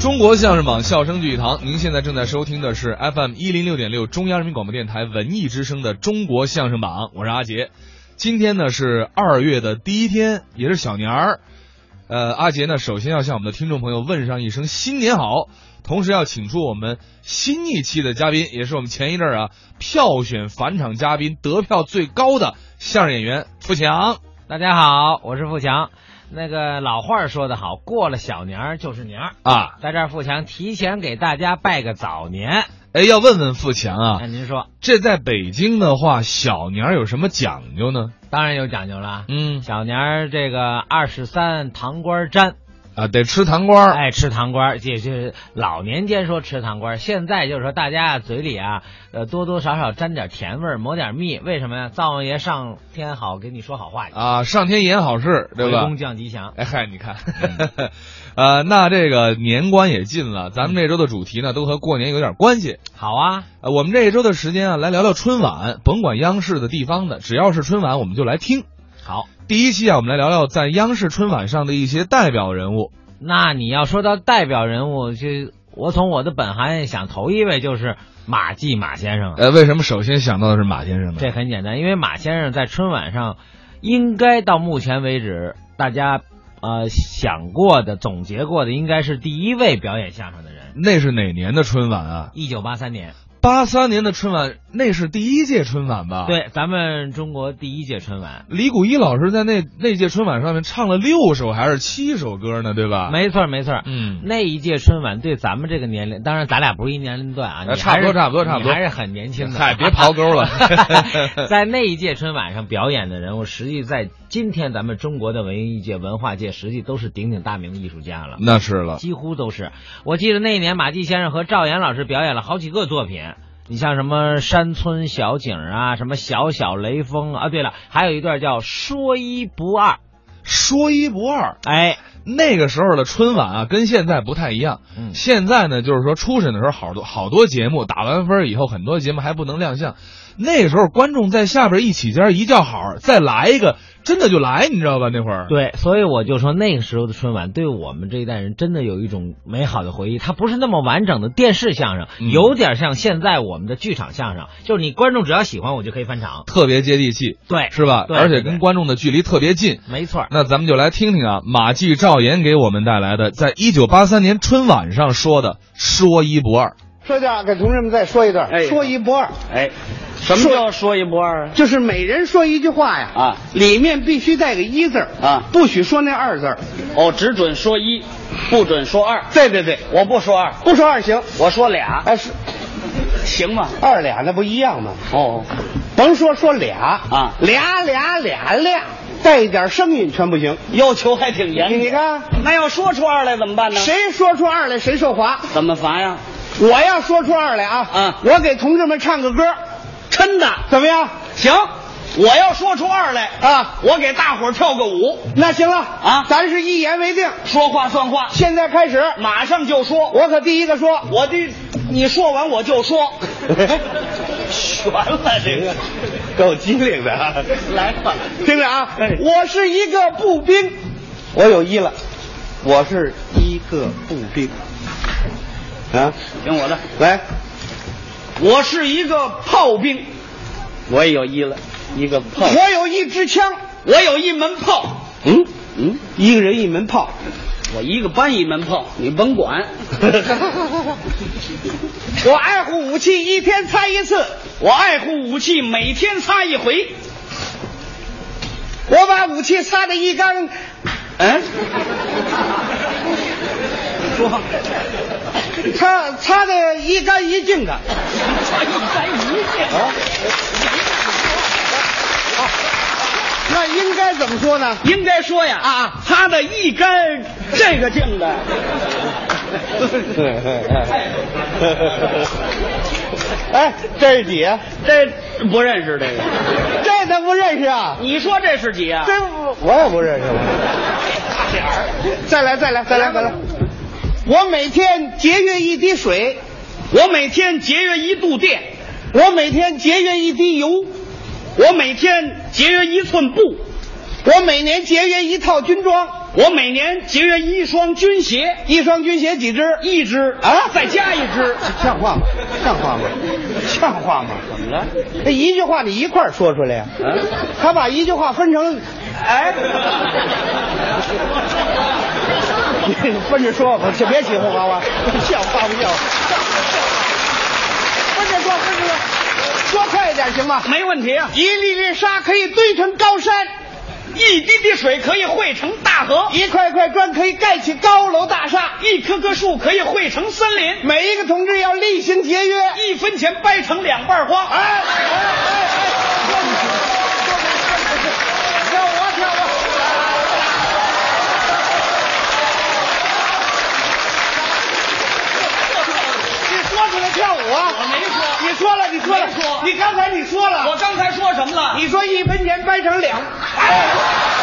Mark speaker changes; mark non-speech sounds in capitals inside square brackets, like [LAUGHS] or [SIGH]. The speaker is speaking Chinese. Speaker 1: 中国相声榜，笑声聚一堂。您现在正在收听的是 FM 一零六点六中央人民广播电台文艺之声的《中国相声榜》，我是阿杰。今天呢是二月的第一天，也是小年儿。呃，阿杰呢，首先要向我们的听众朋友问上一声新年好，同时要请出我们新一期的嘉宾，也是我们前一阵儿啊票选返场嘉宾得票最高的相声演员付强。
Speaker 2: 大家好，我是富强。那个老话说得好，过了小年儿就是年儿。
Speaker 1: 啊，
Speaker 2: 在这儿，富强提前给大家拜个早年。
Speaker 1: 哎，要问问付强啊，
Speaker 2: 那您说，
Speaker 1: 这在北京的话，小年儿有什么讲究呢？
Speaker 2: 当然有讲究了。
Speaker 1: 嗯
Speaker 2: 小年儿这个二十三糖官粘，
Speaker 1: 啊，得吃糖瓜儿。
Speaker 2: 哎，吃糖官儿，这就是老年间说吃糖官儿，现在就是说大家嘴里啊，呃，多多少少沾点甜味儿，抹点蜜，为什么呀？灶王爷上天好，给你说好话去，
Speaker 1: 啊，上天言好事，对
Speaker 2: 回嗯
Speaker 1: 吧
Speaker 2: 宫？降吉祥。
Speaker 1: 哎嗨，你看， [LAUGHS] 呃，那这个年关也近了，咱们这周的主题呢，都和过年有点关系。
Speaker 2: 好啊，
Speaker 1: 呃，我们这一周的时间啊，来聊聊春晚，甭管央视的、地方的，只要是春晚，我们就来听。
Speaker 2: 好。
Speaker 1: 第一期啊，我们来聊聊在央视春晚上的一些代表人物。
Speaker 2: 那你要说到代表人物，就我从我的本行想，头一位就是马季马先生了。啊
Speaker 1: 呃，为什么首先想到的是马先生呢？
Speaker 2: 这很简单，因为马先生在春晚上，应该到目前为止大家呃想过的、总结过的，应该是第一位表演相声的人。
Speaker 1: 那是哪年的春晚啊？
Speaker 2: 一九八三年，
Speaker 1: 八三年的春晚，那是第一届春晚吧？，
Speaker 2: 对咱们中国第一届春晚，
Speaker 1: 李谷一老师在那那届春晚上面唱了六首还是七首歌呢，对吧？，
Speaker 2: 没错儿没错儿。
Speaker 1: 嗯，
Speaker 2: 那一届春晚对咱们这个年龄，当然咱俩不是一年龄段啊，你
Speaker 1: 呃差不多
Speaker 2: 还是
Speaker 1: 差不多差不多
Speaker 2: 你还是很年轻的。
Speaker 1: 嗨，别刨沟了。
Speaker 2: [LAUGHS] 在那一届春晚上表演的人物，实际在今天咱们中国的文艺界、文化界，实际都是鼎鼎大名的艺术家了，
Speaker 1: 那是了，
Speaker 2: 几乎都是。我记得那一年，马季先生和赵岩老师表演了好几个作品，你像什么《山村小景》啊，什么《小小雷锋》啊。对了，还有一段叫《说一不二》。
Speaker 1: 说一不二。
Speaker 2: 哎，
Speaker 1: 那个时候的春晚啊，跟现在不太一样。
Speaker 2: 嗯
Speaker 1: 现在呢，就是说初审的时候，好多好多节目打完分以后，很多节目还不能亮相。那时候观众在下边一起尖儿一叫好，再来一个，真的就来，你知道吧？那会儿，
Speaker 2: 对，所以我就说那个时候的春晚对我们这一代人真的有一种美好的回忆。它不是那么完整的电视相声，
Speaker 1: 嗯
Speaker 2: 有点像现在我们的剧场相声，就是你观众只要喜欢，我就可以翻场。
Speaker 1: 特别接地气，
Speaker 2: 对，
Speaker 1: 是吧？
Speaker 2: 对
Speaker 1: 而
Speaker 2: 对
Speaker 1: 且
Speaker 2: 对
Speaker 1: 跟观众的距离特别近。
Speaker 2: 没错儿。
Speaker 1: 那咱们就来听听啊，马季、赵岩给我们带来的，在一九八三年春晚上说的“说一不二
Speaker 3: 说教给同志们再说一段，
Speaker 4: 哎
Speaker 3: 说一不二，
Speaker 4: 哎，什么叫说一不二啊？
Speaker 3: 就是每人说一句话呀，
Speaker 4: 啊
Speaker 3: 里面必须带个一字儿
Speaker 4: 啊
Speaker 3: 不许说那二字儿。
Speaker 4: 哦，只准说一，不准说二。
Speaker 3: 对对对，
Speaker 4: 我不说二，
Speaker 3: 不说二行，
Speaker 4: 我说俩，
Speaker 3: 哎是
Speaker 4: 行吗？
Speaker 3: 二俩那不一样吗？
Speaker 4: 哦，
Speaker 3: 甭说说俩
Speaker 4: 啊
Speaker 3: 俩俩俩俩，带一点声音全不行。
Speaker 4: 要求还挺严。
Speaker 3: 你，看，
Speaker 4: 那要说出二来怎么办呢？
Speaker 3: 谁说出二来谁受罚。
Speaker 4: 怎么罚呀？
Speaker 3: 我要说出二来啊，
Speaker 4: 啊
Speaker 3: 我给同志们唱个歌，
Speaker 4: 抻的。
Speaker 3: 怎么样？
Speaker 4: 行，我要说出二来
Speaker 3: 啊，
Speaker 4: 我给大伙儿跳个舞，
Speaker 3: 那行了
Speaker 4: 啊
Speaker 3: 咱是一言为定，
Speaker 4: 说话算话，
Speaker 3: 现在开始，
Speaker 4: 马上就说。
Speaker 3: 我可第一个说。
Speaker 4: 我的，你说完我就说。悬了这个，
Speaker 3: 够机灵的啊！
Speaker 4: 来吧。
Speaker 3: 听着啊
Speaker 4: 哎，
Speaker 3: 我是一个步兵，我有一了，我是一个步兵。啊，
Speaker 4: 听我的，
Speaker 3: 来，
Speaker 4: 我是一个炮兵，我也有一了，一个炮
Speaker 3: 我有一支枪，
Speaker 4: 我有一门炮，
Speaker 3: 嗯，
Speaker 4: 嗯，
Speaker 3: 一个人一门炮。
Speaker 4: 我一个班一门炮，你甭管。
Speaker 3: 我爱护武器，一天擦一次。
Speaker 4: 我爱护武器，每天擦一回。
Speaker 3: 我把武器擦得一干，
Speaker 4: 嗯，
Speaker 3: 擦擦得一干一净
Speaker 4: 哦
Speaker 3: 的。那应该怎么说呢？
Speaker 4: 应该说呀
Speaker 3: 啊，
Speaker 4: 擦的一干这个净的。
Speaker 3: [LAUGHS] 哎，这是几啊？
Speaker 4: 这不认识这个，
Speaker 3: 这咱不认识啊？
Speaker 4: 你说这是几啊？
Speaker 3: 这我也不认识。再来，再来，再来，再来！我每天节约一滴水，
Speaker 4: 我每天节约一度电，
Speaker 3: 我每天节约一滴油，
Speaker 4: 我每天节约一寸布，
Speaker 3: 我每年节约一套军装，
Speaker 4: 我每年节约一双军鞋，
Speaker 3: 一双军鞋几只？
Speaker 4: 一只
Speaker 3: 啊
Speaker 4: 再加一只。
Speaker 3: 像话吗？像话吗？像话吗？
Speaker 4: 怎么了？
Speaker 3: 那一句话你一块儿说出来呀、
Speaker 4: 啊
Speaker 3: 他把一句话分成，哎，分着说吧，就别起哄娃娃，像话不像话？分着说，分着说，说快一点行吗？
Speaker 4: 没问题啊，
Speaker 3: 一粒粒沙可以堆成高山，
Speaker 4: 一滴滴水可以汇成大河，
Speaker 3: 一块块砖可以盖起高楼大厦，
Speaker 4: 一棵棵树可以汇成森林，
Speaker 3: 每一个同志要厉行节约。
Speaker 4: 一分钱掰成两半花。
Speaker 3: 哎哎哎哎！跳我跳我！你说出来跳舞啊？
Speaker 4: 我没说
Speaker 3: 你说了，你说了，
Speaker 4: 没说
Speaker 3: 你刚才你说了，
Speaker 4: 我刚才说什么了？
Speaker 3: 你说一分钱掰成两，哎，